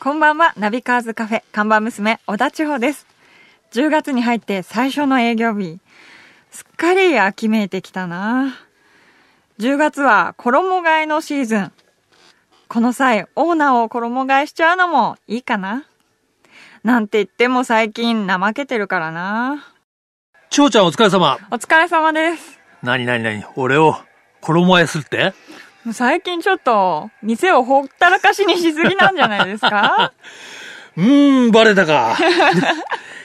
こんばんは、ナビカーズカフェ、看板娘、小田千穂です。10月に入って最初の営業日。すっかり秋めいてきたな。10月は衣替えのシーズン。この際、オーナーを衣替えしちゃうのもいいかな。なんて言っても最近怠けてるからな。ちょうちゃんお疲れ様。お疲れ様です。なになになに俺を衣替えするってもう最近ちょっと、店をほったらかしにしすぎなんじゃないですかうーん、バレた か。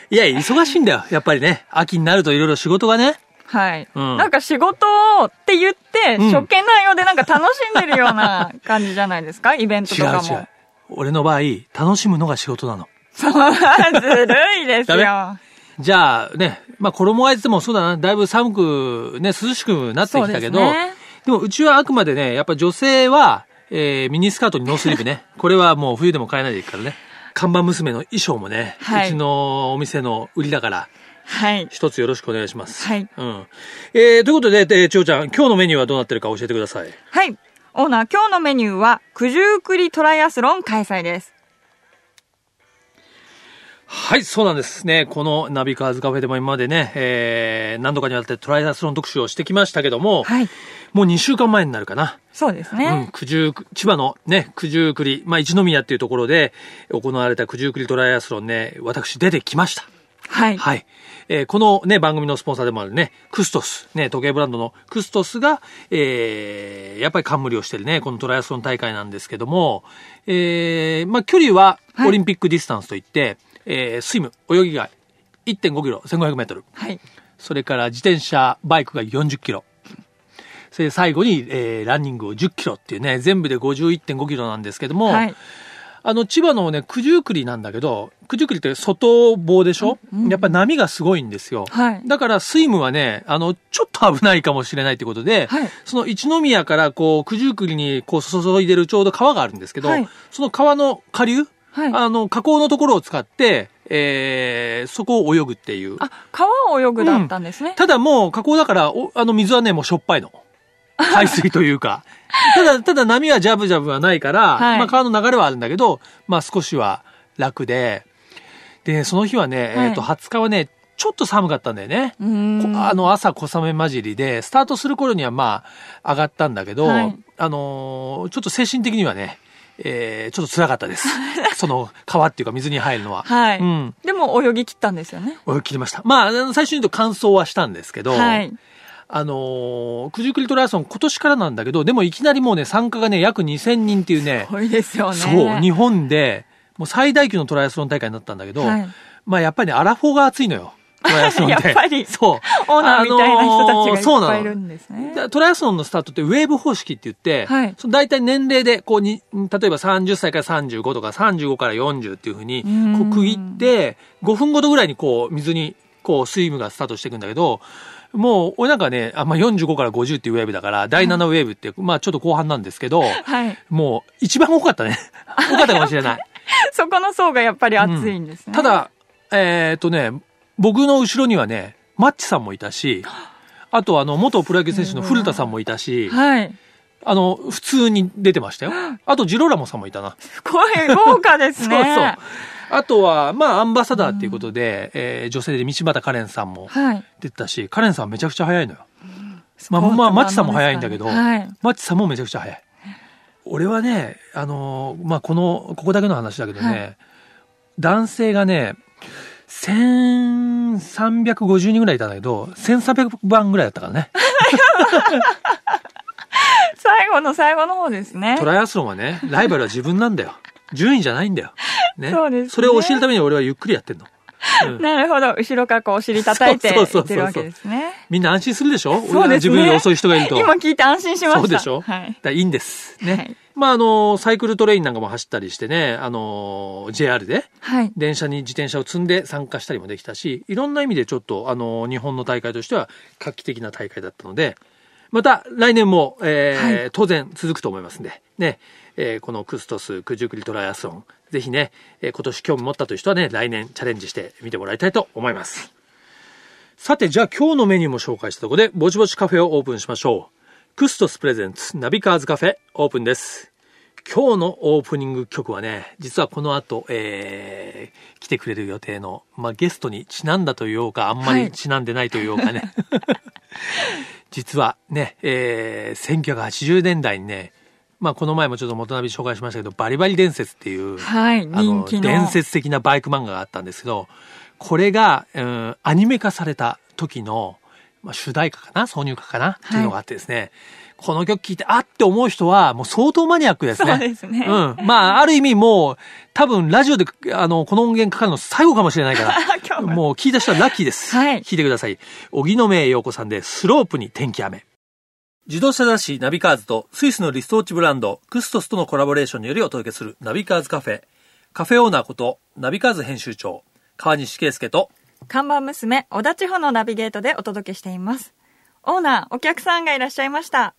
いや、忙しいんだよ。やっぱりね。秋になるといろいろ仕事がね。はい、うんなんか仕事をって言って、うん初見内容でなんか楽しんでるような感じじゃないです かイベント違とうかも。違う。俺の場合、楽しむのが仕事なの。そう、 ずるいですよ。ダじゃあね、まあ衣替えって言ってもそうだな。だいぶ寒く、ね、涼しくなってきたけど。そうでですねもうちはあくまでね、やっぱ女性は、えーミニスカートにノースリーブ ね。これはもう冬でも買えないでいくからね。看板娘の衣装もね、はいうちのお店の売りだから。はい。一つよろしくお願いします。はいうん。えー、ということで、えー、ちおちゃん、今日のメニューはどうなってるか教えてください。はい。オーナー、今日のメニューは、九十九里トライアスロン開催です。はい、そうなんですね。このナビカーズカフェでも今までね、えー、何度かにわたってトライアスロン特集をしてきましたけども、はい。もう2週間前になるかな。そうですうん、ね。九十九千葉のね、九十九里、まあ、一宮っていうところで行われた九十九里トライアスロンね、私出てきました。はい。はい。えーこのね、番組のスポンサーでもあるね、クストス、ね、時計ブランドのクストスが、えーやっぱり冠をしてるね、このトライアスロン大会なんですけども、えーまあ、距離ははいオリンピックディスタンスといって、えースイム、泳ぎが1.5キロ、1500メートル。はい。それから自転車、バイクが40キロ。それで最後に、えーランニングを10キロっていうね、全部で51.5キロなんですけども、はい。あの、千葉のね、九十九里なんだけど、九十九里って外棒でしょ、やっぱ波がすごいんですよ。はいだから、スイムはね、あの、ちょっと危ないかもしれないってことで、はいその一宮からこう、九十九里にこう、注いでるちょうど川があるんですけど、はいその川の下流、はいあの、河口のところを使って、えー、そこを泳ぐっていう。あ、川を泳ぐだったんですね。ただもう河口だから、おあの水はね、もうしょっ ぱいの。海水というか。ただ、ただ波はジャブジャブはないから、はいまあ川の流れはあるんだけど、まあ少しは楽で。でね、その日はね、はいえっ、と、20日はね、ちょっと寒かったんだよね。うーこん。あの朝小雨混じりで、スタートする頃にはまあ上がったんだけど、はいあのーちょっと精神的にはね、えー、ちょっと辛かったです。 その川っていうか水に入るのは。はいうん。でも泳ぎ切ったんですよね。泳ぎ切りました。まああの、最初に言うと乾燥はしたんですけど、はい。あのー、九十九里トライアスロン今年からなんだけど、でもいきなりもうね、参加がね、約2000人っていうね、多いですよね。そう、日本で、もう最大級のトライアスロン大会になったんだけど、はいまあやっぱりね、アラフォーが熱いのよ。トライアスロンって。 やっぱりそう。 オーナーみたいな人たちがいっぱいいあのーそうなるのんですね。だトライアスロンのスタートってウェーブ方式って言って、はいその大体年齢でこうに、例えば30歳から35とか35から40っていうふうにうんこう区切って、5分ごとぐらいにこう水にこうスイムがスタートしていくんだけど、もう俺なんかね、あまあ、45から50っていうウェーブだから、第7ウェーブって、まあちょっと後半なんです けど、はい。もう一番多かった ね。多かったかもしれない。そこの層がやっぱり熱いんですね。た、だ、えーっとね、僕の後ろにはね、マッチさんもいた し、あとあの、元プロ野球選手の古田さんもいたし、はい。あの、普通に出て ましたよ。あと、ジローラモさんもいたな。すごい豪華ですそう そねう。。あとは、まあ、アンバサダーっていうことで、えー女性で道端カレンさんもはい。出てたし、カレンさんめちゃくちゃ早いのよ。スポーツ万まあ、能ですからねまあ、マッチさんも早いんだけど、はい。マッチさんもめちゃくちゃ早い。俺はね、あのーまあ、この、ここだけの話だけどね、はい男性がね、1350人ぐらいいたんだけど、1300番ぐらいだったからね。最後の最後の方ですねト。ライアスロン はね、ライバルは自分なんだよ。順位じゃないんだよ。ね。そうですねれを教えるために俺はゆっくりやって んの。うんなるほど。後ろからこうお尻叩いてそうそうそうそう出るわけですね。みんな安心するでしょそう俺がです自ね分より遅い人がいると。今聞いて安心しました。そうでしはょ、だいか。らいいんです。ね。はいまあ、あの、サイクルトレインなんかも走ったりしてね、あの、JR で、はい。電車に自転車を積んで参加したりもできたし、いろんな意味でちょっと、あの、日本の大会としては画期的な大会だったので、また来年も、えーは当然続くと思いますんで、ね、えーこのクストス九十九里トライアスロン、ぜひね、えー今年興味持ったという人はね、来年チャレンジしてみてもらいたいと思います。さて、じゃあ今日のメニューも紹介したところで、ぼちぼちカフェをオープンしましょう。クストスプレゼンツナビカーズカフェオープンです。今日のオープニング曲はね、実はこの後、えー、来てくれる予定の、まあ、ゲストにちなんだというか、あんまはりいちなんでないという かね。実はね、えー、1980年代にね、まあ、この前もちょっと元ナビ紹介しましたけど、バリバリ伝説っていう、はい、あ人の、気の。伝説的なバイク漫画があったんですけど、これが、うん、アニメ化された時の、まあ、主題歌かな挿入歌かなっていうのがあってですね、この曲聴いて、あって思う人は、もう相当マニアックですね。そうです ね。うん。まあ、ある意味もう、多分ラジオで、あの、この音源かかるの最後かもしれな いか今ら、日は もう聞いた人はラッキーです。はい聞いてください。荻野目洋子さんで、スロープに天気雨。自動車雑誌ナビカーズとスイスのリストウォッチブランドクストスとのコラボレーションによりお届けするナビカーズカフェ。カフェオーナーことナビカーズ編集長、川西圭介と、看板娘、小田千穂のナビゲートでお届けしています。オーナー、お客さんがいらっしゃいました。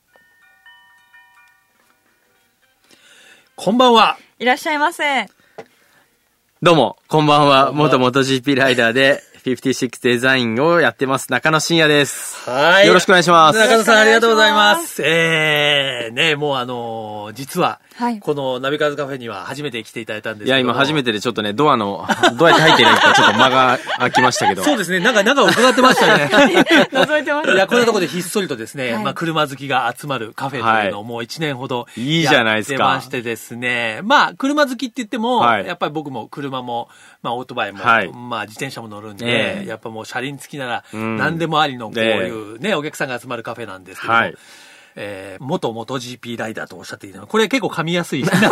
こんばんは。いらっしゃいま せ。どうも、こんばんは。んばんは元 MotoGP ライダーで、56デザインをやってます、中野真也です。はいよろしくお願いします中野さんありがとうございまよろす。えー、ね、もうあのー実は、はいこのナビカーズカフェには初めて来ていただいたんですけいどや、も今初めてでちょっとね、ドアの、 どうやって入ってないかちょっと間が空きましたけど。そうですね、なんか中を伺ってました ね。覗いてまいす。や、こんなところでひっそりとですね、はいまあ、車好きが集まるカフェというのをもう1年ほど、いいじゃないですかやってましてですね、まあ、車好きって言っても、はいやっぱり僕も車も、まあ、オートバイも、はいまあ、自転車も乗るんで、ええやっぱもう車輪付きなら、うん何でもありのこういうね、お客さんが集まるカフェなんですけども、はいえー、元元 GP ライダーとおっしゃっていたのこれ結構噛みやすい、 なんか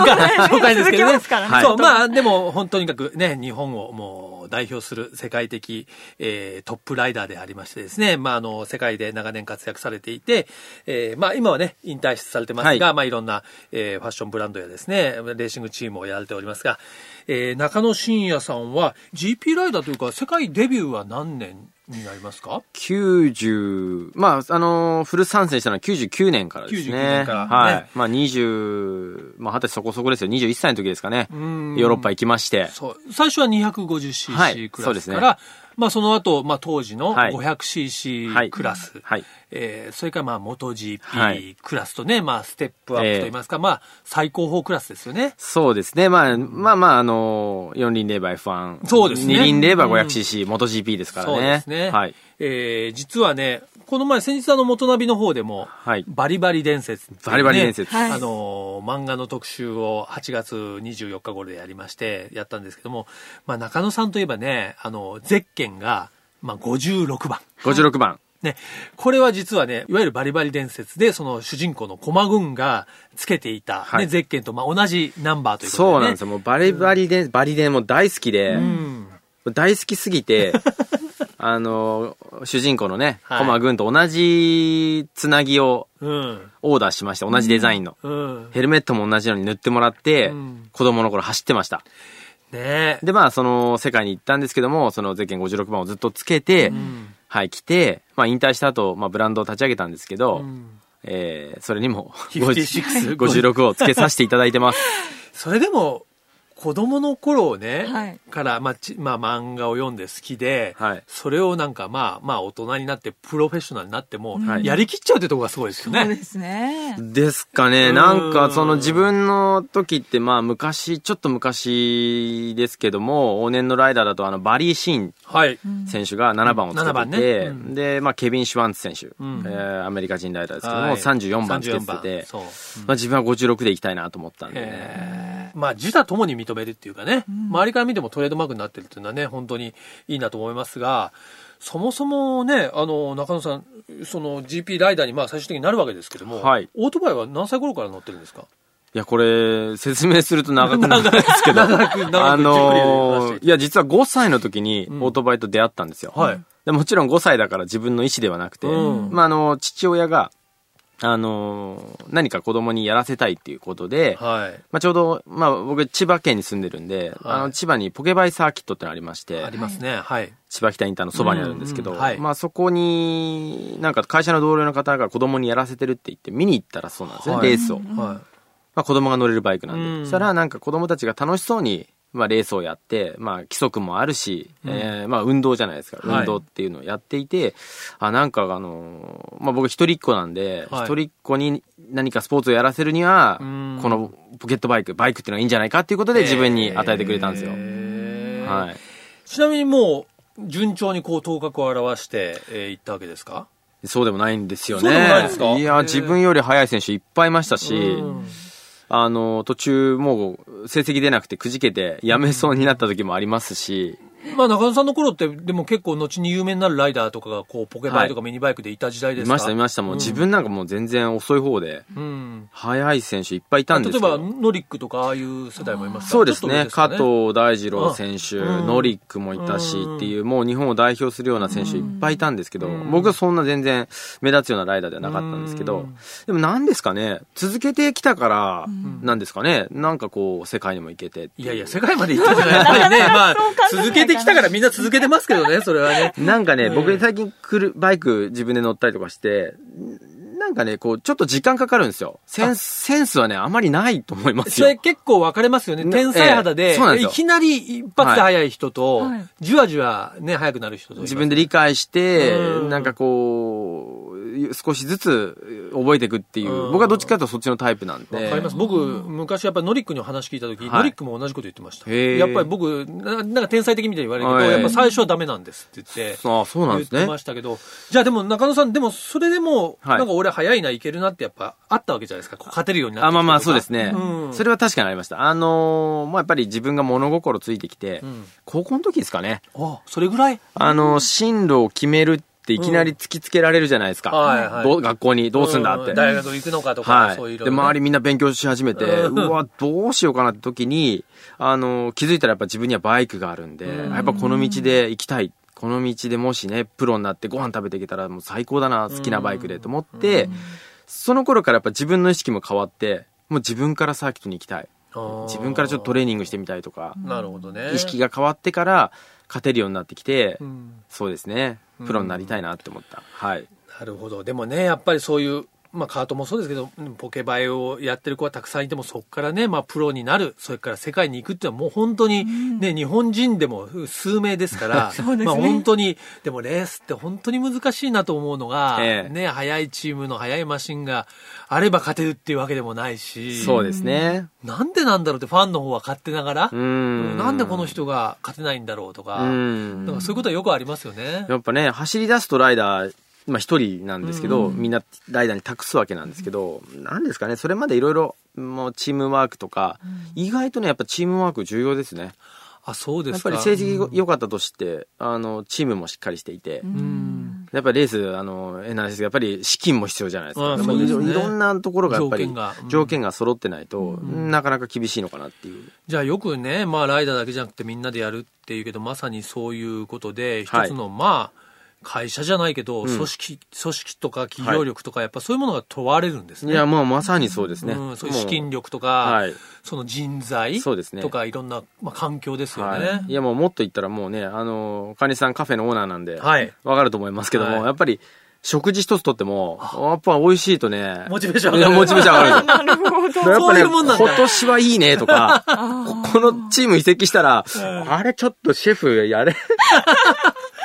紹介ですけ続けどね。ますからねそう、はいまあでも本当にかくね、日本をもう代表する世界的、えートップライダーでありましてですね、まああの、世界で長年活躍されていて、えーまあ今はね、引退されてますが、はまあいろんな、えーファッションブランドやですね、レーシングチームをやられておりますが、えー中野真也さんは GP ライダーというか世界デビューは何年になりますか90、まあ、あのーフル参戦したのは99年からですね。 99年からねはい。まあ、20、まあ、二十歳そこそこですよ。21歳の時ですかね。ヨんーロッパ行きまして。そう最初はは 250cc いクそラうでスすかねら、まあ、その後、まあ当時のはいはい 500cc クラス、はいえーそれからまあは MotoGP いクラスとね、まあ、ステップアップといいますか、まあ、最高峰クラスですよね。そうですね。まあ、まあまあ、あのー、4輪レーバー F1。そうですね2輪レーバー 500cc、MotoGP ですからね。そうですね、はい。えー実はねこの前先日あの元ナビの方でも、はいバリバリ伝説っていうね、バリバリ伝説はいあのー漫画の特集を8月24日頃でやりましてやったんですけども、まあ、中野さんといえばねあのゼッケンが、まあ、56番。 56番。ね、これは実はね、いわゆるバリバリ伝説で、その主人公の駒軍がつけていた、ねはいゼッケンとまあ同じナンバーということで、ね。そうなんですよ。もうバリバリで、バリでもう大好きで、うん大好きす ぎて、あの、主人公のね、はいコマ軍と同じつなぎをうん。オーダーしまして、同じデザインの。うん。ヘルメットも同じのに塗ってもらって、うん子供の頃走ってました。ねで、まあ、その世界に行ったんですけども、そのゼッケン56番をずっとつけて、んはい、来て、まあ、引退した後、まあ、ブランドを立ち上げたんですけど、んえーそれ にも、 56 56をつけさせていただいてます。それでも、子供の頃をね、はいから、まあ、ちまあ、漫画を読んで好きで、はいそれをなんかまあ、まあ、大人になって、プロフェッショナルになっても、はいやりきっちゃうってとこがすごいですよそうね。ですね。ですかうね。んなんか、その自分の時って、まあ昔、ちょっと昔ですけども、往年のライダーだと、あの、バリー・シーンはい。選手が7番をつ7番けてねて、うんで、まあ、ケビン・シュワンツ選手、んえーアメリカ人ライダーですけども、はい34番つけて34て番、そう。まあ自分は56で行きたいなと思ったんでね。えーまあ自他ともに認めるっていうかね、周りから見てもトレードマークになってるっていうのはね本当にいいなと思いますがそもそもねあの中野さんその GP ライダーにまあ最終的になるわけですけども、はいオートバイは何歳頃から乗ってるんですかいや、これ、説明すると長くなるんですけど、 長く長くあじっのくり話していや、実は5歳の時にんオートバイと出会ったんですよ。はいでもちろん5歳だから自分の意思ではなくて、うんまあ、あの父親が、あの何か子供にやらせたいっていうことで、はいまあ、ちょうど、まあ、僕千葉県に住んでるんで、あの千葉にポケバイサーキットってのありましてありますねはい千葉北インターのそばにあるんですけど、うんうんはいまあ、そこになんか会社の同僚の方が子供にやらせてるって言って見に行ったらそうなんですね、はいレースを、まはあ、子供が乗れるバイクなんで、うんそしたらなんか子供たちが楽しそうにまあ、レースをやって、まあ、規則もあるし、えーまあ、運動じゃないですか、はい運動っていうのをやっていて、あ、なんか、あのーまあ、僕一人っ子なんで、はい一人っ子に何かスポーツをやらせるには、こうんのポケットバイク、バイクっていうのはいいんじゃないかっていうことで自分に与えてくれたんですよ。へーはい。ちなみにもう順調にこう頭角を現してい、えー行ったわけですかそうでもないんですよね。そうでもないんですかいや、自分より速い選手いっぱいいましたしうん、あの、途中もう成績出なくてくじけてやめそうになった時もありますし、まあ中野さんの頃ってでも結構後に有名になるライダーとかがこうポケバイとかミニバイクでいた時代でいすか、ましたいました。もう自分なんかもう全然遅い方で、うん速い選手いっぱいいたんです例けえばど。ノリックとかああいう世代もいましたそうですね。ちょ加っと上で藤大二郎選手、うんノリックもいたしっていう、もう日本を代表するような選手いっぱいいたんですけど、うん僕はそんな全然目立つようなライダーではなかったんですけうどん、でも何ですかね、続けてきたから、なんですかね、なんかこう、世界にも行けてっていうやいや世界まで行ったじゃないやっぱりね まあ続けてきたからみんな続けてますけど ねそれはねなんかね、うん僕最近来る、バイク自分で乗ったりとかして、んなんかね、こう、ちょっと時間かかるんですよ。センス、センスはね、あまりないと思いますそれよ。結構分かれますよね。ね天才肌えで、えそうなんですいよきなり一発で速い人と、はいはいじわじわね、速くなる人と。自分で理解してう、んなんかこう、少しずつ覚えていくっていう、うん僕はどっちかというとそっちのタイプなんで。わかります。僕、昔やっぱりノリックにお話聞いた時、いノリックも同じこと言ってました。へえやっぱり僕な、なんか天才的みたいに言われるけど、はやいっぱ最初はダメなんですって言って。ああ、そうな言んっですてね。ましたけど、じゃあでも中野さん、でもそれでも、はいなんか俺早いな、いけるなってやっぱあったわけじゃないですか。こう勝てるようになってあまあまあそうですね、うんそれは確かにありましたあのーまあやっぱり自分が物心ついてきて、ん高校の時ですかねあ、それぐらいあのー進路を決めるっていきなり突きつけられるじゃないですか、はいはいどう学校にどうすんだって、う大学行くのかとか、はい。そういう色で、々ね周りみんな勉強し始めて、ううんわ、どうしようかなって時に、あの、気づいたらやっぱ自分にはバイクがあるんで、うんやっぱこの道で行きたい。この道でもしね、プロになってご飯食べていけたらもう最高だな、好きなバイクでと思って、その頃からやっぱ自分の意識も変わって、もう自分からサーキットに行きたい。あー自分からちょっとトレーニングしてみたいとか、なるほどね。意識が変わってから勝てるようになってきて、うんそうですね、プロになりたいなって思った。はい。なるほど。でもね、やっぱりそういう、まあカートもそうですけど、うんポケバイをやってる子はたくさんいても、そこからね、まあプロになる、それから世界に行くっていうのはもう本当に、ね、日本人でも数名で すから、うですねまあ本当に、でもレースって本当に難しいなと思うのが、ええね、速いチームの速いマシンがあれば勝てるっていうわけでもないし、そうですね。なんでなんだろうってファンの方は勝手ながら、うん。なんでこの人が勝てないんだろうとか、うんなんかそういうことはよくありますよね。 やっぱね、走り出すとライダー、まあ一人なんですけど、みんなライダーに託すわけなんですけど、なんですかね、それまでいろいろ、もうチームワークとか、意外とね、やっぱチームワーク重要ですね。あ、そうでやっすか。ぱり成績良かったとして、あの、チームもしっかりしていて、うんやっぱりレース、あの、えなんですけど、やっぱり資金も必要じゃないですあか。あでもそうですいろねいろんなところがやっぱり、条件条件がが,、うん揃ってないと、なかなか厳しいのかなっていう。じゃあよくね、まあライダーだけじゃなくてみんなでやるっていうけど、まさにそういうことで、一はいつの、まあ、会社じゃないけど、ん組織、組織とか企業力とか、やっぱそういうものが問われるんですいね。や、もうまさにそうですね。うん、そういうも資金力とか、はいその人材そうですねとか、いろんな、まあ、環境ですよね。はい、いやもうもっと言ったらもうねあのカニさんカフェのオーナーなんで、はいわかると思いますけども、はいやっぱり食事一つとってもやっぱ美味しいとねモチベーションい上がやるモチベーション上がるん ですよなるほど。だからそういやうっもぱんねなんだ今年はいいね とかここのチーム移籍したらあれちょっとシェフやれ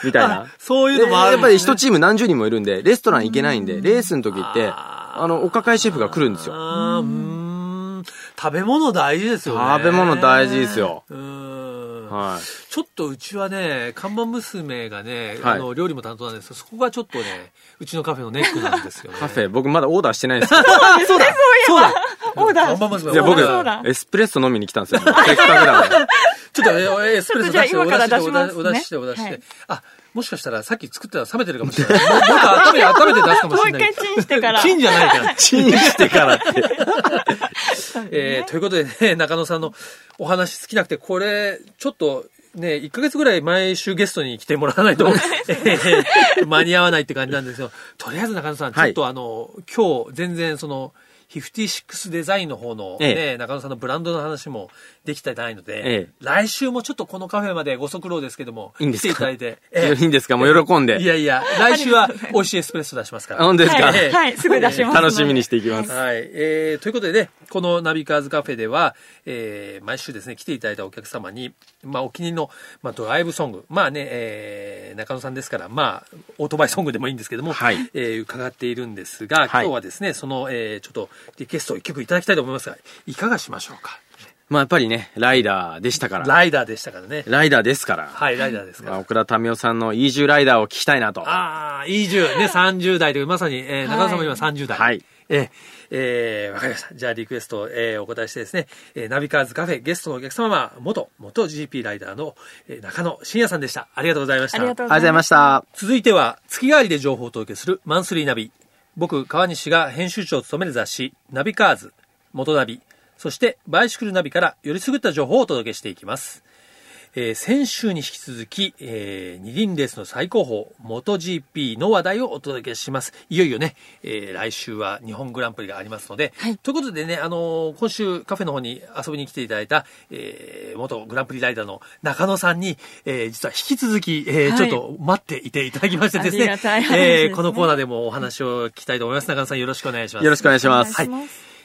みたいなそういうのもあでるんやっでぱすりね、一チーム何十人もいるんでレストラン行けないんでレースの時ってあーあのお抱えシェフが来るんですよあーうーん食べ物大事ですよね。食べ物大事ですようん。はいちょっとうちはね、看板娘がね、はあいの料理も担当なんですけど、そこがちょっとね、うちのカフェのネックなんですよね。カフェ僕まだオーダーしてないんですけどそうだそうだオーダー看板娘いや、僕オーダー、エスプレッソ飲みに来たんですよ。せっかくだから。ちょっとええエスプレッソ出して、じゃあお今か出らしし出て、しおま出すしねお出しして、お出ししはてい。あ、もしかしたらさっき作ったら冷めてるかもし れない。もうもっと温め、温めて出すかももうし一れない回。チンしてから。 チンじゃないから。 チンしてからって。えーということでね、 中野さんのお話尽きなくて、これ、ちょっと、ね、1ヶ月ぐらい毎週ゲストに来てもらわない と、え ー間に合わないって感じなんですけど、とりあえず中野さん、ちょはっいとあの、今日、全然その、56デザインの方の、ねえ中野さんのブランドの話もできてないので、ええ来週もちょっとこのカフェまでご足労ですけども、いいんですか来ていただいて、えいいんですかもう喜んえで。いやいや、来週は美味しいエスプレッソ出しますから。本当ですかはい、はい、すぐ出しますので。楽しみにしていきます。はい。えーということでね、このナビカーズカフェでは、えー毎週ですね、来ていただいたお客様に、まあ、お気に入りの、まあ、ドライブソング、まあね、えー中野さんですから、まあ、オートバイソングでもいいんですけども、はいえー伺っているんですが、今はい日はですね、その、えーちょっと、リクエストを一曲いただきたいと思いますが、いかがしましょうか。まあやっぱりね、ライダーでしたから。ライダーでしたからね。ライダーですから。はい、ライダーですからまあ、。奥田民生さんのイージュライダーを聞きたいなと。ああ、移住 ね、30代という、まさに、えー、中野さんも今はい30代。はいえーえーわかりました。じゃあ、リクエスト、えーお答えしてですね、えーナビカーズカフェ、ゲストのお客様は、元、元 GP ライダーの、えー中野真也さんでした。ありがとうございました。ありがとあうりがとうございました。続いては、月替わりで情報をお届けするマンスリーナビ。僕、川西が編集長を務める雑誌、ナビカーズ、元ナビ、そしてバイシクルナビからよりすぐった情報をお届けしていきます。えー先週に引き続き、えー二輪レースの最高峰、元 GP の話題をお届けします。いよいよね、えー来週は日本グランプリがありますので、はいということでね、あのー今週カフェの方に遊びに来ていただいた、えー元グランプリライダーの中野さんに、えー実は引き続き、えーはいちょっと待っていていただきましてですね。ありがたい話ですねえーこのコーナーでもお話を聞きたいと思います。中野さんよろしくお願いします。よろしくお願いします。はい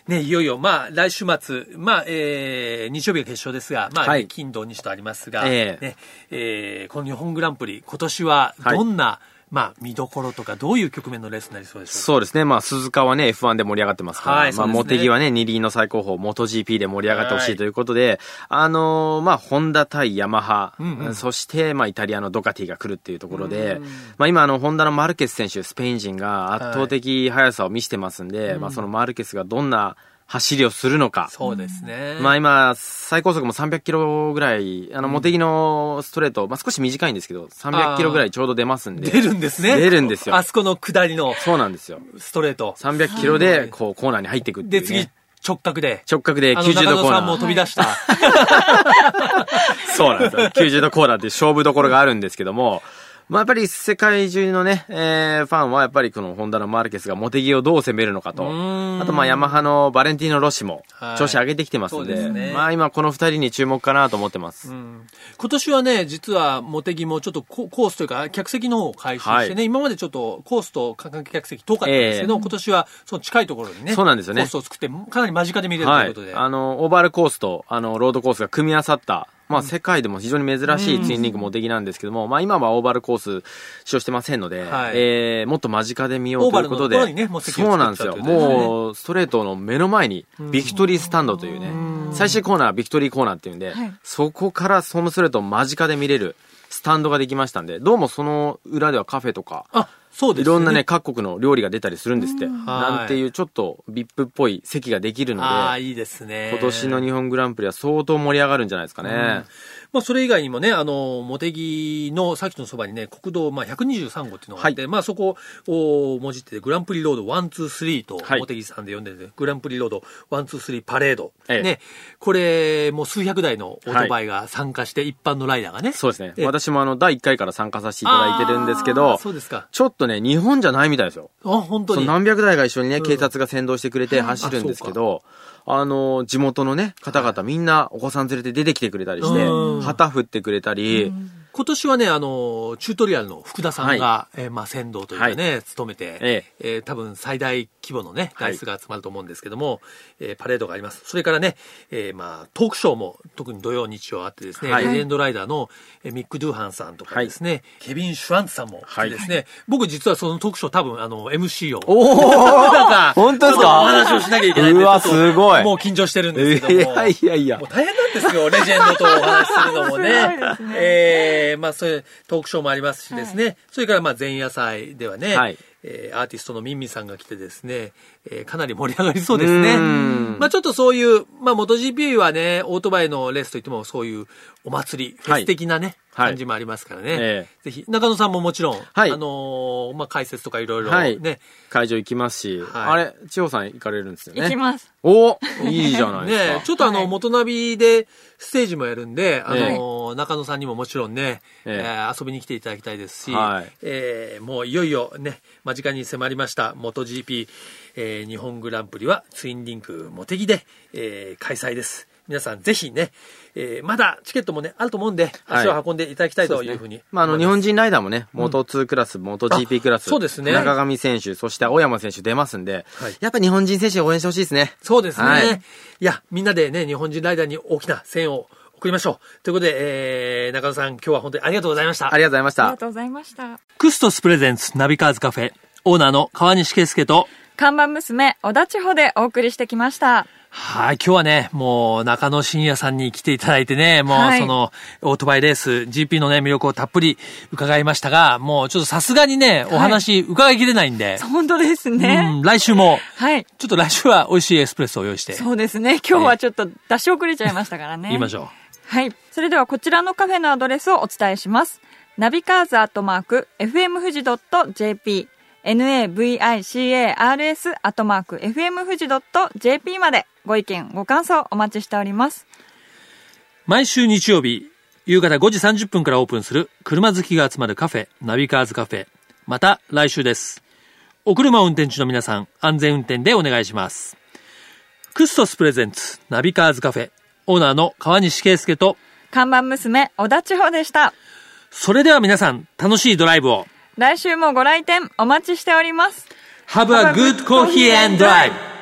ね、いよいよ、まあ、来週末、まあ、えー日曜日が決勝ですが、まあ、はい金土日とありますが、ええね、えーこの日本グランプリ、今年ははいどんな、まあ、見どころとか、どういう局面のレースになりそうでしょうかそうですね。まあ、鈴鹿はね、F1 で盛り上がってますから、はいまあ、そう茂ですね木はね、二輪の最高峰、MotoGP で盛り上がってほしはいいということで、あのーまあ、ホンダ対ヤマハ、うんうんそして、まあ、イタリアのドカティが来るっていうところで、うんまあ、今、あの、ホンダのマルケス選手、スペイン人が圧倒的速さを見せてますんで、まあ、そのマルケスがどんな走りをするのか、そうですね。まあ今、最高速も300キロぐらい、あの、茂木のストレート、まあ少し短いんですけど、300キロぐらいちょうど出ますんで。出るんですね。出るんですよあ。そこの下りのそうなんですよ。ストレート。 300キロで、こう、コーナーに入っていくっていで、う、ね。次、直角で。直角であの、 90中度野コーさナんー。も飛び出 した。そうなんですよ。90度コーナーっていう勝負どころがあるんですけども、まあやっぱり世界中のね、えーファンはやっぱりこのホンダのマルケスがモテギをどう攻めるのかと、んあとまあヤマハのバレンティーノ・ロッシもはい調子上げてきてますんで、そうですねまあ今この二人に注目かなと思ってます。今年はね、実は茂木もちょっとココースというか、客席の方を回収してね、は今までちょっとコースと観客席遠かったんですけど、え今年はその近いところにね、そうなんですよねコースを作って、かなり間近で見れるとはいういことで。。あの、オーバルコースと、あの、ロードコースが組み合わさった、まあ、世界でも非常に珍しいツインリンクモテギなんですけども、まあ、今はオーバルコース使用してませんので、はいえーもっと間近で見ようということで、オーバルのところにねもう席をそうなんですよ。作っちゃうということですねもう、ストレートの目の前に、ビクトリースタンドというね、最終コーナーはビクトリーコーナーっていうんで、はいそこからそのストレートを間近で見れるスタンドができましたんで、どうもその裏ではカフェとか、あ、そうでいすね。ろんなね、各国の料理が出たりするんですって。はいなんていう、ちょっと VIP っぽい席ができるので、ああ、いいですね。今年の日本グランプリは相当盛り上がるんじゃないですかね。まあ、それ以外にもね、あの、茂木のさっきのそばにね、国道、まあ、123号っていうのがあって、まあ、そこを文字ってて、グランプリロード123と、はい茂木さんで呼んでるんで、グランプリロード123パレード。ええね、これ、もう数百台のオートバイが参加して、一般のライダーがね。そうですね。ええ私もあの、第1回から参加させていただいてるんですけどあ、そうですか。ちょっとね、日本じゃないみたいですよ。あ、本当そのに。何百台が一緒にね、ん警察が先導してくれて走るんですけど、あの、地元のね、方々みんなお子さん連れて出てきてくれたりしてうん、旗振ってくれたり、今年はね、あの、チュートリアルの福田さんが、えーまあ、先導というかね、務めて、ええー多分最大規模のね、は台い数が集まると思うんですけども、えーパレードがあります。それからね、えーまあ、トークショーも、特に土曜、日曜あってですね、はいレジェンドライダーの、えーミック・ドゥーハンさんとかですね、ケビン・シュワンツさんも、はいですね、僕実はそのトークショー多分、あの、MC を、お なんかー本当でちすょっとおか話をしなきゃいけないんでうわちょっとすごいもう緊張してるんですけいども。やいやいやもう。大変なんで すよ、レジェンドとお話しするのもすごいね。ですねええまあそういうトークショーもありますしですね。それからまあ前夜祭ではね、はいえーアーティストのミンミンさんが来てですね、えーかなり盛り上がりそうですね。うんまあちょっとそういう、まあ MotoGP はね、オートバイのレースといってもそういうお祭り、フェス的なね、はい感じもありますからね。えぜひ、中野さんももちろん、はいあのーまあ解説とかいろいろはいね、会場行きますし、はいあれ、千穂さん行かれるんですよね。行きます。おいいじゃないですか。ねちょっとあの、はい元ナビでステージもやるんで、あの、え中野さんにももちろんね、えええー遊びに来ていただきたいですし、はいえーもういよいよね、間近に迫りました、元 GP、えー日本グランプリはツインリンク茂木で、えー開催です。皆さんぜひね、えーまだチケットもね、あると思うんで、はい足を運んでいただきたいそうとでいすねうふうに。まあ、あの、日思い本人ライダーもね、モト2クラス、モト GP クラス、そうですね中上選手、そして青山選手出ますんで、はいやっぱ日本人選手応援してほしいですね。すそうですね、。はいいや、みんなでね、日本人ライダーに大きな声援を送りましょう。ということで、えー中野さん、今日は本当にありがとうございました。ありがとうございましありがた。とうございました。クストスプレゼンツナビカーズカフェ、オーナーの川西圭介と、看板娘、小田千穂でお送りしてきました。はい、今日はね、もう中野真也さんに来ていただいてね、もはういそのオートバイレース、GP のね、魅力をたっぷり伺いましたが、もうちょっとさすがにね、お話伺いきれないんで、本当ですうね。ん、来週も、はい。ちょっと来週は美味しいエスプレッソを用意して、そうですね。今日はちょっと出し遅れちゃいましたからね。言いましょう。はい。それではこちらのカフェのアドレスをお伝えします。ナビカーズアットマーク、fmfuji.jp、navicars アットマーク、fmfuji.jp までご意見、ご感想お待ちしております。毎週日曜日、夕方5時30分からオープンする車好きが集まるカフェ、ナビカーズカフェ。また来週です。お車を運転中の皆さん、安全運転でお願いします。クストスプレゼンツ、ナビカーズカフェ、オーナーの川西圭介と、看板娘、小田千穂でした。それでは皆さん、楽しいドライブを。来週もご来店お待ちしております。 Have a good coffee and drive!